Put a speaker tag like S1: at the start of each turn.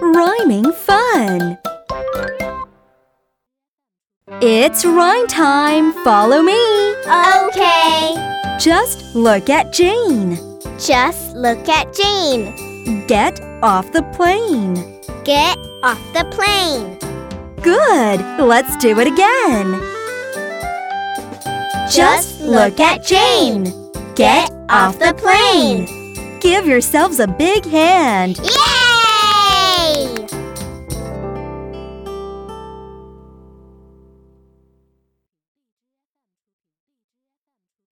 S1: Rhyming fun! It's rhyme time! Follow me!
S2: Okay.
S1: Just look at Jane.
S2: Just look at Jane.
S1: Get off the plane.
S2: Get off the plane.
S1: Good! Let's do it again.
S2: Just look at Jane. Get off the plane.
S1: Give yourselves a big hand.
S2: Yeah!